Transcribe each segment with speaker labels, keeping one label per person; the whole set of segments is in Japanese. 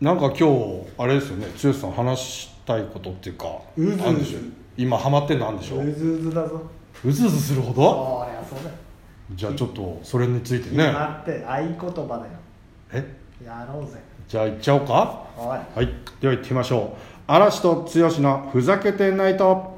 Speaker 1: なんか今日あれですよね剛さん話したいことっていうか
Speaker 2: うずうず
Speaker 1: あるでしょ今ハマってるのあるんでしょ
Speaker 2: うずうずだぞ
Speaker 1: うずうずするほ
Speaker 2: そ
Speaker 1: ど
Speaker 2: りゃそうだよ
Speaker 1: じゃあちょっとそれについてね
Speaker 2: 今って合言葉
Speaker 1: え
Speaker 2: だよやろうぜ
Speaker 1: じゃあ行っちゃおうか
Speaker 2: おい
Speaker 1: はいでは行ってみましょう嵐と剛のふざけてないと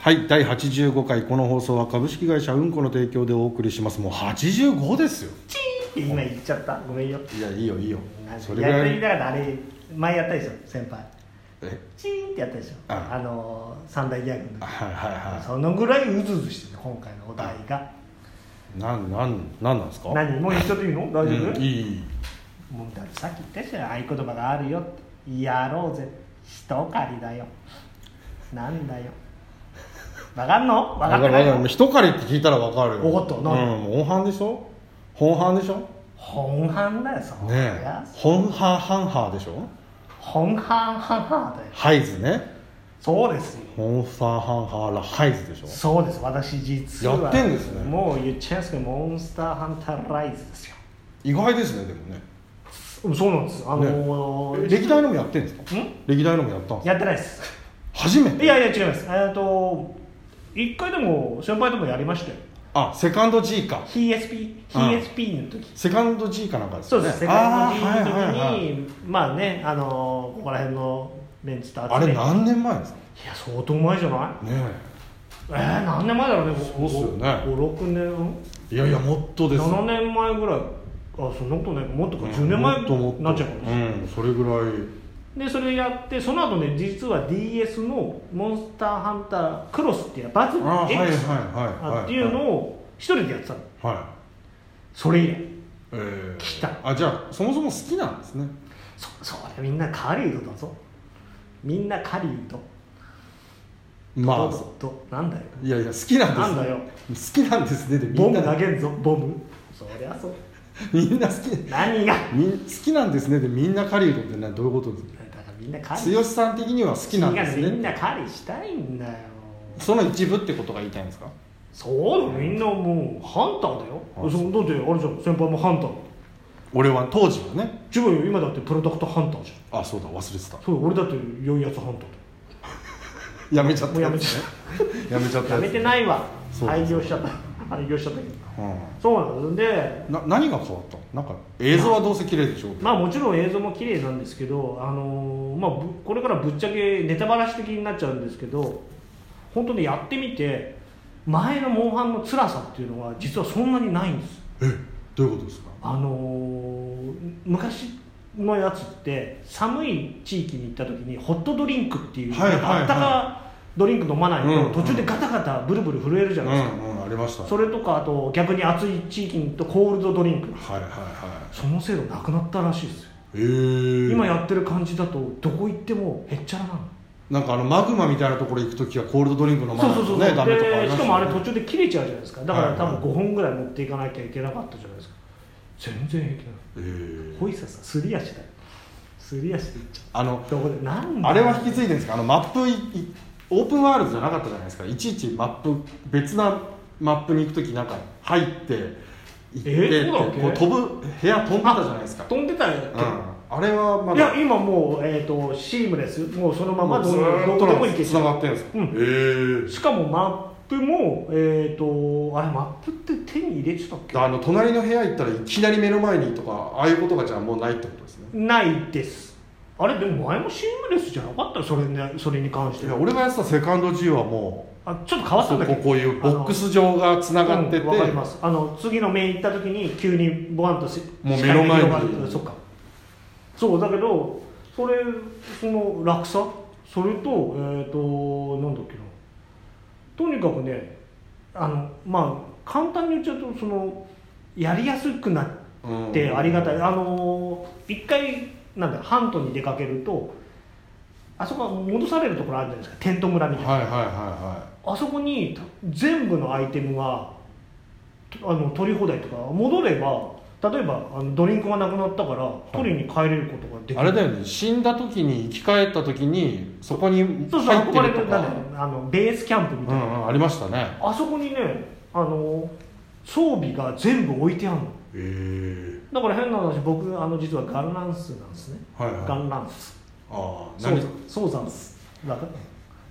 Speaker 1: はい第85回この放送は株式会社うんこの提供でお送りしますもう85ですよ
Speaker 2: 今言っちゃったごめんよ
Speaker 1: いやいいよいいよそれぐ
Speaker 2: やっ
Speaker 1: ら
Speaker 2: と言い
Speaker 1: い
Speaker 2: ながらあれ前やったでしょ先輩
Speaker 1: え
Speaker 2: チーンってやったでしょ
Speaker 1: ああ
Speaker 2: あのー三大ギャグの時
Speaker 1: はいはいは
Speaker 2: そのぐらいうずうずしてる今回のお題が
Speaker 1: いなんなんなんなんですか
Speaker 2: 何もう言っちゃっていいの大丈夫
Speaker 1: うんいいいい
Speaker 2: もうだってさっき言ったじゃん合言葉があるよってやろうぜ人狩りだよなんだよわかんのわ
Speaker 1: だ
Speaker 2: か
Speaker 1: か
Speaker 2: ん
Speaker 1: ら
Speaker 2: ない
Speaker 1: 分かる一狩りって聞いたら分かるよ
Speaker 2: わかった
Speaker 1: う
Speaker 2: 何
Speaker 1: んもう本番でしょ本番でしょ
Speaker 2: 本番だよそり
Speaker 1: ねえ
Speaker 2: ゃ
Speaker 1: 本派ハンハーでしょ
Speaker 2: 本半半半だよ
Speaker 1: ハイズね
Speaker 2: そうですよ
Speaker 1: 本ンスターハンハーラハイズでしょ
Speaker 2: そうです私実は
Speaker 1: やってんですね
Speaker 2: もう言っちゃいますけどモンスターハンターライズですよ
Speaker 1: 意外ですねでもね
Speaker 2: うんそうなんですあのー
Speaker 1: え歴代のもやってんですか
Speaker 2: ん
Speaker 1: 歴代のもやったんですか
Speaker 2: やってないです
Speaker 1: 初めて
Speaker 2: いやいや違いますえーっと一回でも先輩ともやりましたよ
Speaker 1: あセカンド G か
Speaker 2: HSP
Speaker 1: うん
Speaker 2: HSP の時
Speaker 1: セカンド G かなんかです
Speaker 2: そ
Speaker 1: よ
Speaker 2: う
Speaker 1: ね
Speaker 2: です、世界のリーグの時
Speaker 1: あ
Speaker 2: に、
Speaker 1: ーはいはいはい
Speaker 2: まあね、あのーここら辺のメンツと
Speaker 1: あれ
Speaker 2: いや、
Speaker 1: 何年前ですか
Speaker 2: 相当前じゃない
Speaker 1: ね
Speaker 2: えー、何年前だろうね、
Speaker 1: そうっすよね
Speaker 2: 5、6年、
Speaker 1: えいやいやもっとです
Speaker 2: 7年前ぐらい、あ、そんなことない、もっとか、10年前
Speaker 1: もっともっと
Speaker 2: になっちゃうかもしれない。
Speaker 1: うんそれぐらい
Speaker 2: で、それやって、その後ね、実は DS のモンスターハンタークロスっていう、バズ
Speaker 1: あはいはいはい
Speaker 2: X
Speaker 1: はい
Speaker 2: あっていうのを一人でやってたの、
Speaker 1: はい
Speaker 2: それ以来。
Speaker 1: えー
Speaker 2: 来た
Speaker 1: あじゃあそもそも好きなんですね
Speaker 2: そそれみんな狩人だぞ。みんな狩人。
Speaker 1: まあ
Speaker 2: どどどなんだよ。
Speaker 1: いやいや好きなんです
Speaker 2: なんだよ
Speaker 1: 好きなんですねでみ
Speaker 2: ボ
Speaker 1: ん
Speaker 2: ム
Speaker 1: な
Speaker 2: 投げんぞボムそりゃそう
Speaker 1: みんな好き
Speaker 2: 何がだか
Speaker 1: みん好きなんですねでみんな狩人ってのはどういうことです
Speaker 2: らみんな狩り
Speaker 1: か剛さん的には好きなんです
Speaker 2: みんな
Speaker 1: ね
Speaker 2: 狩りしたいんだよ
Speaker 1: その一部ってことが言いたいんですか
Speaker 2: そうだみんなもうハンターだよ
Speaker 1: あそう
Speaker 2: そうだってあれじゃん先輩もハンター
Speaker 1: 俺は当時はね
Speaker 2: 自分よ今だってプロダクトハンターじゃん
Speaker 1: あそうだ忘れてた
Speaker 2: そう俺だって良いやつハンターだよ
Speaker 1: やめちゃった
Speaker 2: もうやめ
Speaker 1: つ
Speaker 2: ちゃっ
Speaker 1: ねやめちゃった
Speaker 2: や
Speaker 1: た
Speaker 2: めて
Speaker 1: い、
Speaker 2: ないわ
Speaker 1: そう
Speaker 2: 廃業しちゃった廃業しちゃったけど
Speaker 1: う
Speaker 2: そうなんで
Speaker 1: ん、な何が変わったのなんか映像はどうせ綺麗でしょうけど、
Speaker 2: まあもちろん映像も綺麗なんですけど、あのーまあ、ぶこれからぶっちゃけネタバラシ的になっちゃうんですけど本当にやってみて前のモンハンの辛さっていうのは実はそんなにないんです、
Speaker 1: えどういうことですか
Speaker 2: あのー昔のやつって寒い地域に行った時にホットドリンクっていう、
Speaker 1: はいはいはい
Speaker 2: あったかドリンク飲まない
Speaker 1: うんう
Speaker 2: と
Speaker 1: ん
Speaker 2: 途中でガタガタブルブル震えるじ
Speaker 1: う
Speaker 2: ゃ
Speaker 1: ん
Speaker 2: ないですか、
Speaker 1: うんありました
Speaker 2: それとかあと逆に暑い地域に行くとコールドドリンク
Speaker 1: はいはいは
Speaker 2: その制度なくなったらしいですよ
Speaker 1: いへえー、
Speaker 2: 今やってる感じだとどこ行ってもへっちゃらなの
Speaker 1: なんかあのマグマみたいなところ行くときはコールドドリンク飲まない
Speaker 2: そ
Speaker 1: と
Speaker 2: うそうそう
Speaker 1: ねダメとかあり
Speaker 2: で
Speaker 1: ま
Speaker 2: し
Speaker 1: す
Speaker 2: かもあれ
Speaker 1: よね
Speaker 2: 途中で切れちゃうじゃないですかだから多
Speaker 1: はいは
Speaker 2: 分
Speaker 1: い
Speaker 2: 5本ぐらい持っていかなきゃいけなかったじゃないですか全然平気なの
Speaker 1: えー
Speaker 2: ほいささすり足だよすり足で行っちゃ
Speaker 1: あの
Speaker 2: うどこでなんだ
Speaker 1: あれは引き継いでるんですかあのマップいいオープンワールドじゃなかったじゃないですかいちいちマップ別なマップに行く時なんか入って行って
Speaker 2: えそうだっ
Speaker 1: って
Speaker 2: け
Speaker 1: こう飛ぶ部屋飛んでたじゃないですか、
Speaker 2: 飛んでたよ、
Speaker 1: うん、あれはま
Speaker 2: いや
Speaker 1: だ
Speaker 2: 今もう、えー、とシームレスもうそのまま
Speaker 1: ず
Speaker 2: どこ
Speaker 1: ーっ
Speaker 2: どこでも
Speaker 1: と
Speaker 2: 行け
Speaker 1: つ
Speaker 2: ち
Speaker 1: な
Speaker 2: ゃ
Speaker 1: がってるんですか、
Speaker 2: うん
Speaker 1: へ
Speaker 2: うしかもマップもえっ、とあれマップって手に入れてたっ
Speaker 1: えあの隣の部屋行ったらいきなり目の前にとかああいうことがじゃあもうないってことですね
Speaker 2: けないですあれでも前もシームレスじゃなかったそれ,、ね、それに関して
Speaker 1: い
Speaker 2: は
Speaker 1: や俺がやってたセカンド G はもう
Speaker 2: あちょっと変わっ
Speaker 1: そ
Speaker 2: たんだ
Speaker 1: こ
Speaker 2: け
Speaker 1: こういうボックス状がつながってて、
Speaker 2: うんわかりますあの次の面行った時に急にボワンとし
Speaker 1: もう目の前に
Speaker 2: 視界が広がるそっかそうだけどそれその落差それとえっ、となんだっけなとにかくねあのまあ簡単に言っちゃうとそのやりやすくな
Speaker 1: うん
Speaker 2: ってありがたい、あの一回なんだハントに出かけるとあそこは戻されるところあるじゃないですかテント村みたいな
Speaker 1: はいはいはいは
Speaker 2: あそこにた全部のアイテムがとあの取り放題とか戻れば例えばあのドリンクがなくなったから取りに帰れることができる
Speaker 1: あれだよね死んだ時に生き返った時にそこに入って
Speaker 2: そうそう憧れ
Speaker 1: ると
Speaker 2: る
Speaker 1: か
Speaker 2: なんだよねあのベースキャンプみ
Speaker 1: う
Speaker 2: たいな、
Speaker 1: んうんありましたね
Speaker 2: あそこにねあの装備が全部置いてあるの
Speaker 1: ええ
Speaker 2: だから変な話僕あの実はガンランスなんですね、
Speaker 1: はいはい
Speaker 2: ガンランス
Speaker 1: ああ
Speaker 2: そう
Speaker 1: 何
Speaker 2: ざそうざんすだから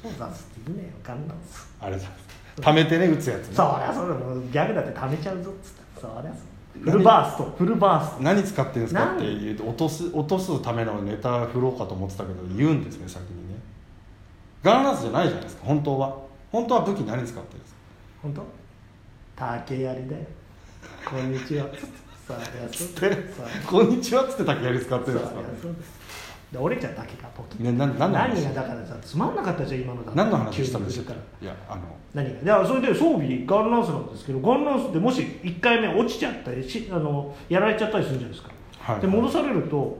Speaker 2: そうざんすって言うねよガンランス
Speaker 1: あれだ貯めてね打つやつね
Speaker 2: そりゃそうだもうギャグだって貯めちゃうぞっつってそりゃそうフルバーストフルバースト
Speaker 1: 何使ってるんですかって言うと落とす落とすためのネタ振ろうかと思ってたけど言うんですね先にねガンランスじゃないじゃないですか本当は本当は武器何使ってるんですか
Speaker 2: 本当竹槍だよこんにちはっつってそりゃそうだよそりゃ
Speaker 1: こんにちはっつって竹槍使って
Speaker 2: そ
Speaker 1: る
Speaker 2: うんだ
Speaker 1: で
Speaker 2: よ
Speaker 1: すか
Speaker 2: そりゃそうだよ折れちゃう竹がポキッ
Speaker 1: ねな何の話
Speaker 2: 何がだからさつまんなかったじゃん今のだって
Speaker 1: 何の話したんでし
Speaker 2: 急
Speaker 1: た
Speaker 2: に
Speaker 1: っ
Speaker 2: 来るから
Speaker 1: けいやあの
Speaker 2: 何がだからそれで装備ガンランスなんですけどガンランスってもし1回目落ちちゃったりしあのやられちゃったりするじゃないですか、
Speaker 1: はい
Speaker 2: で戻されると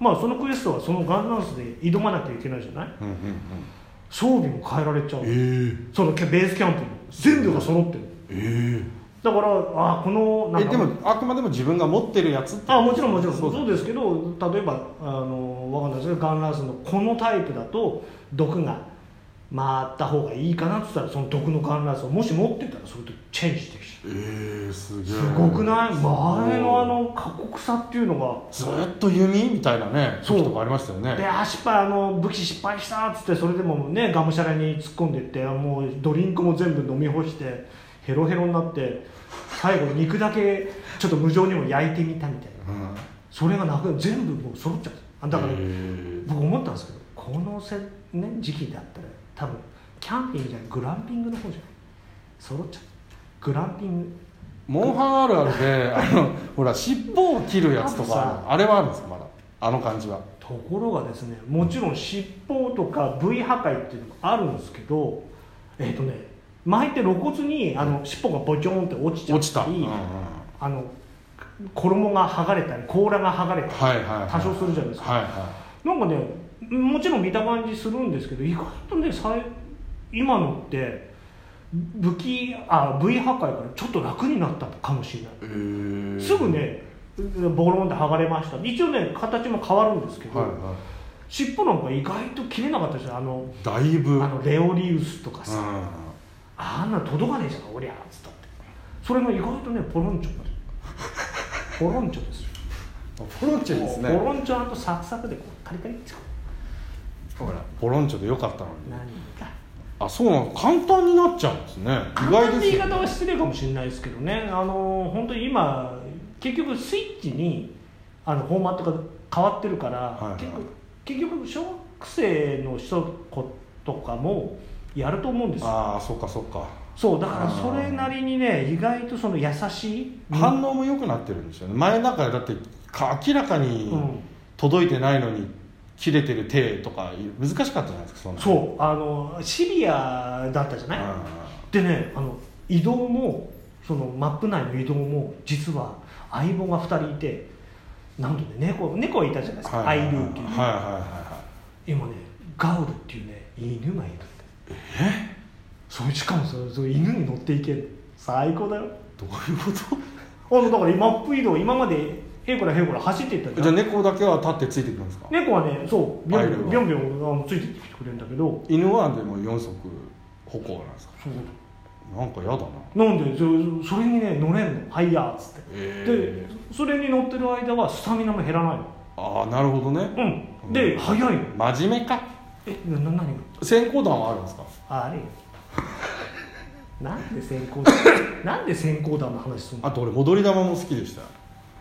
Speaker 2: まあそのクエストはそのガンランスで挑まなきゃいけないじゃない
Speaker 1: うんうん
Speaker 2: 装備も変えられちゃ
Speaker 1: う
Speaker 2: う
Speaker 1: んええ
Speaker 2: そのベースキャンプも全部が揃ってる
Speaker 1: ええ
Speaker 2: だからあこのなん
Speaker 1: え
Speaker 2: か
Speaker 1: でもあくまでも自分が持ってるやつって
Speaker 2: あもちろんもちろん
Speaker 1: そ
Speaker 2: そうう
Speaker 1: だ
Speaker 2: ですけど例えばあのわかんないですけどガンランスのこのタイプだと毒が回った方がいいかなって言ったらその毒のガンランスをもし持ってたらそれとチェンジできちゃう
Speaker 1: ええすげえ
Speaker 2: すごくない前のあの過酷さっていうの
Speaker 1: ずっと弓みたいなね
Speaker 2: そう
Speaker 1: 時とかありましたよ
Speaker 2: がで
Speaker 1: ね
Speaker 2: あ失敗あの武器失敗したっつってそれでもねがむしゃらに突っ込んでってもうドリンクも全部飲み干してヘロヘロになって最後肉だけちょっと無情にも焼いてみたみたいな
Speaker 1: うん
Speaker 2: それがなく全部もう揃っちゃうあだから
Speaker 1: ええ
Speaker 2: 僕思ったんですけどこのせ、ね、時期だったら多分キャンピングじゃないグランピングの方じゃない揃っちゃうグランピング
Speaker 1: モンハンあるあるであのほら尻尾を切るやつとかあるあれはあるんですかまだあの感じは
Speaker 2: ところがですねもちろん尻尾とか部位破壊っていうのもあるんですけどえっ、とね巻いて露骨にあの尻尾がボチョンって落ちちゃ
Speaker 1: 落ちた、
Speaker 2: った
Speaker 1: う
Speaker 2: り
Speaker 1: んうん、
Speaker 2: あの衣が剥がれたり甲羅が剥がれたり、
Speaker 1: はいはいはい
Speaker 2: 多少するじゃないですか
Speaker 1: はいは
Speaker 2: なんかねもちろん見た感じするんですけど意外とねさい今のって武器あ部位破壊からちょっと楽になったかもしれない
Speaker 1: いえー
Speaker 2: すぐねボロンって剥がれました一応ね形も変わるんですけど、
Speaker 1: はいは
Speaker 2: 尻尾なんか意外と切れなかったじゃんあの
Speaker 1: いだいぶ
Speaker 2: あのレオリウスとか
Speaker 1: う
Speaker 2: さ、
Speaker 1: ん
Speaker 2: あんなの届かねえじゃんおりゃっつったってそれが意外とねポロンチョ ポロンチョですよ
Speaker 1: ポロンチョです
Speaker 2: ポ
Speaker 1: ね
Speaker 2: ロンチョあとサクサクでこうカリカリってこ
Speaker 1: ほらポロンチョでよかったの
Speaker 2: う
Speaker 1: に
Speaker 2: 何か
Speaker 1: あそうなの簡単になっちゃうんですね意
Speaker 2: 簡
Speaker 1: 外
Speaker 2: 単
Speaker 1: で
Speaker 2: って
Speaker 1: す
Speaker 2: 言い
Speaker 1: よ
Speaker 2: 方は失礼かもしれないですけどねあの本当に今結局スイッチにあのフォーマットが変わってるから、
Speaker 1: いはい
Speaker 2: 結局結局小学生の人とかもやると思うんですよ
Speaker 1: ああそうかそうか
Speaker 2: そうだからそれなりにね意外とその優しい
Speaker 1: 反応も良くなってるんですよね前なんかだってか明らかに
Speaker 2: うん
Speaker 1: 届いてないのに切れてる手とか難しかったじゃないですかそんなの
Speaker 2: そうあのシリアだったじゃない、
Speaker 1: あ
Speaker 2: でねあの移動もそのマップ内の移動も実は相棒が2人いてなんとね猫猫がいたじゃないですか、
Speaker 1: はいはい
Speaker 2: ア
Speaker 1: は
Speaker 2: イ
Speaker 1: い
Speaker 2: ル
Speaker 1: は
Speaker 2: ーっていう、
Speaker 1: いはいは
Speaker 2: 今ねガウルっていうね犬がいるんだよそうしかもそれそれ犬に乗っていける最高だよ
Speaker 1: いどういうこ
Speaker 2: あのだからマップ移動今までへいこらへいこら走っていったじ
Speaker 1: と
Speaker 2: ゃん
Speaker 1: じゃあ猫だけは立ってついてくるんですか
Speaker 2: 猫はねそうビョンビョン
Speaker 1: あいるの
Speaker 2: ビョンビョンあのついてきてくれるんだけど
Speaker 1: 犬はでも4足歩行なんですか
Speaker 2: そう
Speaker 1: なんか嫌だな
Speaker 2: なんでそそれにね乗れんの「はいや」っつって、
Speaker 1: ええ
Speaker 2: でそれに乗ってる間はスタミナも減らない
Speaker 1: ああなるほどね
Speaker 2: のうんで、
Speaker 1: うん
Speaker 2: 速いの
Speaker 1: 真面目か
Speaker 2: えなな何が
Speaker 1: 先行弾はあるんですか
Speaker 2: あ あれよなんで先行 なんで先行弾の話するの
Speaker 1: あと俺戻り玉も好きでしたよ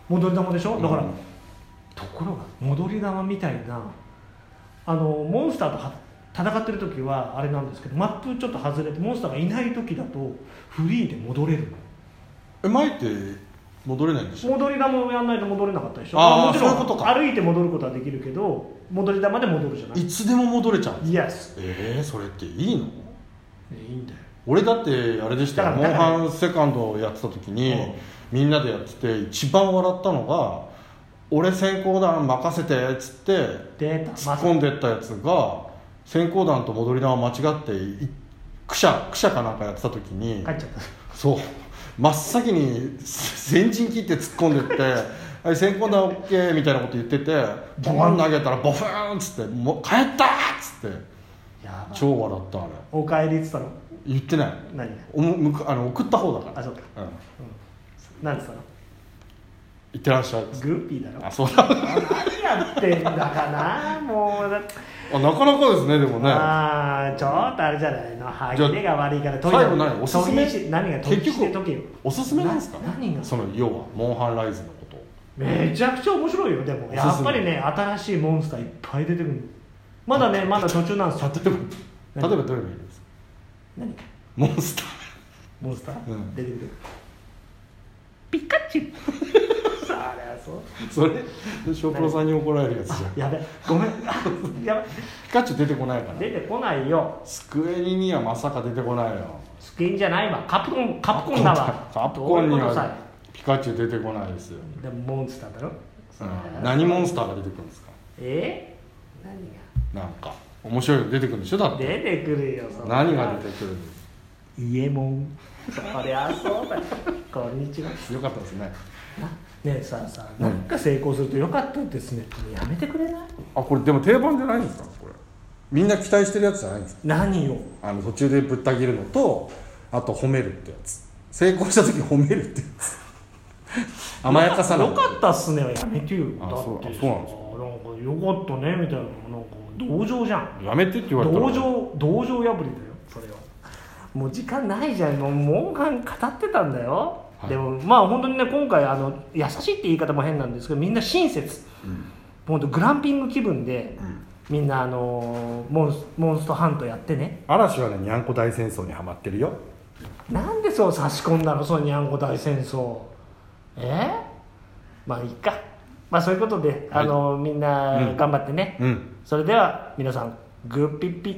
Speaker 2: 戻り玉でしょだから、
Speaker 1: うん
Speaker 2: ところが戻り玉みたいなあのモンスターとは戦ってる時はあれなんですけどマップちょっと外れてモンスターがいない時だとフリーで戻れるの
Speaker 1: え前って戻れないんでしょ
Speaker 2: 戻り玉をやんないと戻れなかったでしょ
Speaker 1: あー
Speaker 2: もちろん
Speaker 1: そういうことか
Speaker 2: 歩いて戻ることはできるけど戻り玉で戻るじゃない
Speaker 1: いつでも戻れちゃうんです
Speaker 2: イエス
Speaker 1: えー、それっていいの
Speaker 2: いいんだよ
Speaker 1: 俺だってあれでしたよ
Speaker 2: だか
Speaker 1: モン
Speaker 2: らだから
Speaker 1: ハンセカンドをやってた時に、
Speaker 2: うん
Speaker 1: みんなでやってて一番笑ったのが「俺先行弾任せて」っつって
Speaker 2: データ
Speaker 1: 突っ
Speaker 2: ま
Speaker 1: 込んでったやつが先行弾と戻り弾を間違っていくしゃくしゃかなんかやってた時に
Speaker 2: あ帰っちゃっ
Speaker 1: そう真っ先に先陣切って突っ込んでって 「はい先行だオッケー」みたいなこと言っててボーン投げたらボフーンっつって「もう帰った!」っつって
Speaker 2: やばい
Speaker 1: 超笑ったあれ
Speaker 2: おかえりっつったの
Speaker 1: 言ってない
Speaker 2: 何が
Speaker 1: おもむくあの送った方だから
Speaker 2: あそうか
Speaker 1: うん
Speaker 2: うんなんつったの
Speaker 1: 行ってらっしゃいっつって
Speaker 2: グーピーだろ
Speaker 1: あそうだ
Speaker 2: 何やってんだかなもうだって
Speaker 1: あなかなかですねでもね
Speaker 2: ああちょっとあれじゃないの歯切れが悪いから研ぎ
Speaker 1: 最後何おすすめ
Speaker 2: 研ぎし何が研
Speaker 1: 結
Speaker 2: ぎして解けよ
Speaker 1: 局おすすめなんですか
Speaker 2: な何が
Speaker 1: その要はモンハンライズのこと
Speaker 2: めちゃくちゃ面白いよで
Speaker 1: おす
Speaker 2: も
Speaker 1: すめ
Speaker 2: やっぱりね新しいモンスターいっぱい出てくるのまだねまだ途中なんですよ
Speaker 1: 例えば
Speaker 2: 何
Speaker 1: 例えばどういうのいいですか
Speaker 2: 何
Speaker 1: モンスター
Speaker 2: モンスター、
Speaker 1: うん
Speaker 2: 出てくるピカチュウ そりゃそう
Speaker 1: それ小プロさんに怒られるやつじゃん
Speaker 2: あやべごめん あやべ
Speaker 1: ピカチュウ出てこないから
Speaker 2: 出てこないよ
Speaker 1: スクエニにはまさか出てこないよ
Speaker 2: スキンじゃないわカプコンカプコンだわ
Speaker 1: カプコン
Speaker 2: ど
Speaker 1: に
Speaker 2: ういうことさ
Speaker 1: はピカチュウ出てこないですよ、
Speaker 2: でもモンスターだろ
Speaker 1: う
Speaker 2: そりゃ
Speaker 1: ん、何モンスターが出てくるんですか
Speaker 2: え何
Speaker 1: な
Speaker 2: が
Speaker 1: んか面白いの出てくるんでしょだって
Speaker 2: 出てくるよそんな
Speaker 1: 何が出てくるんで
Speaker 2: イエモンそりゃそうだよこんにちはね
Speaker 1: すよかったですね
Speaker 2: えさあさあなんか成功するとよかったですねやめてくれない
Speaker 1: あこれでも定番じゃないんですかこれみんな期待してるやつじゃないんですか
Speaker 2: 何を
Speaker 1: あの途中でぶった切るのとあと褒めるってやつ成功した時褒めるってやつ 甘やかさない
Speaker 2: よかったっすねはやめてよだ
Speaker 1: あ
Speaker 2: っ
Speaker 1: そ
Speaker 2: て
Speaker 1: うあそうなんです
Speaker 2: なんかよかったねみたいななんか同情じゃん
Speaker 1: やめてって言われたら
Speaker 2: 同情同情破りだよそれはもう時間ないじゃんもうモンハン語ってたんだよ、
Speaker 1: はい
Speaker 2: でもまあ本当にね今回あの優しいって言い方も変なんですけどみんな親切
Speaker 1: うん
Speaker 2: 本当グランピング気分で、
Speaker 1: ん
Speaker 2: みんなあのーモンスモンストハントやってね
Speaker 1: 嵐はねにゃんこ大戦争にはまってるよ
Speaker 2: なんでそう差し込んだのそのにゃんこ大戦争えまあいいかまあそういうことで、
Speaker 1: はい
Speaker 2: あのみんな
Speaker 1: うん
Speaker 2: 頑張ってね、
Speaker 1: うん
Speaker 2: それでは皆さんグッピッピッ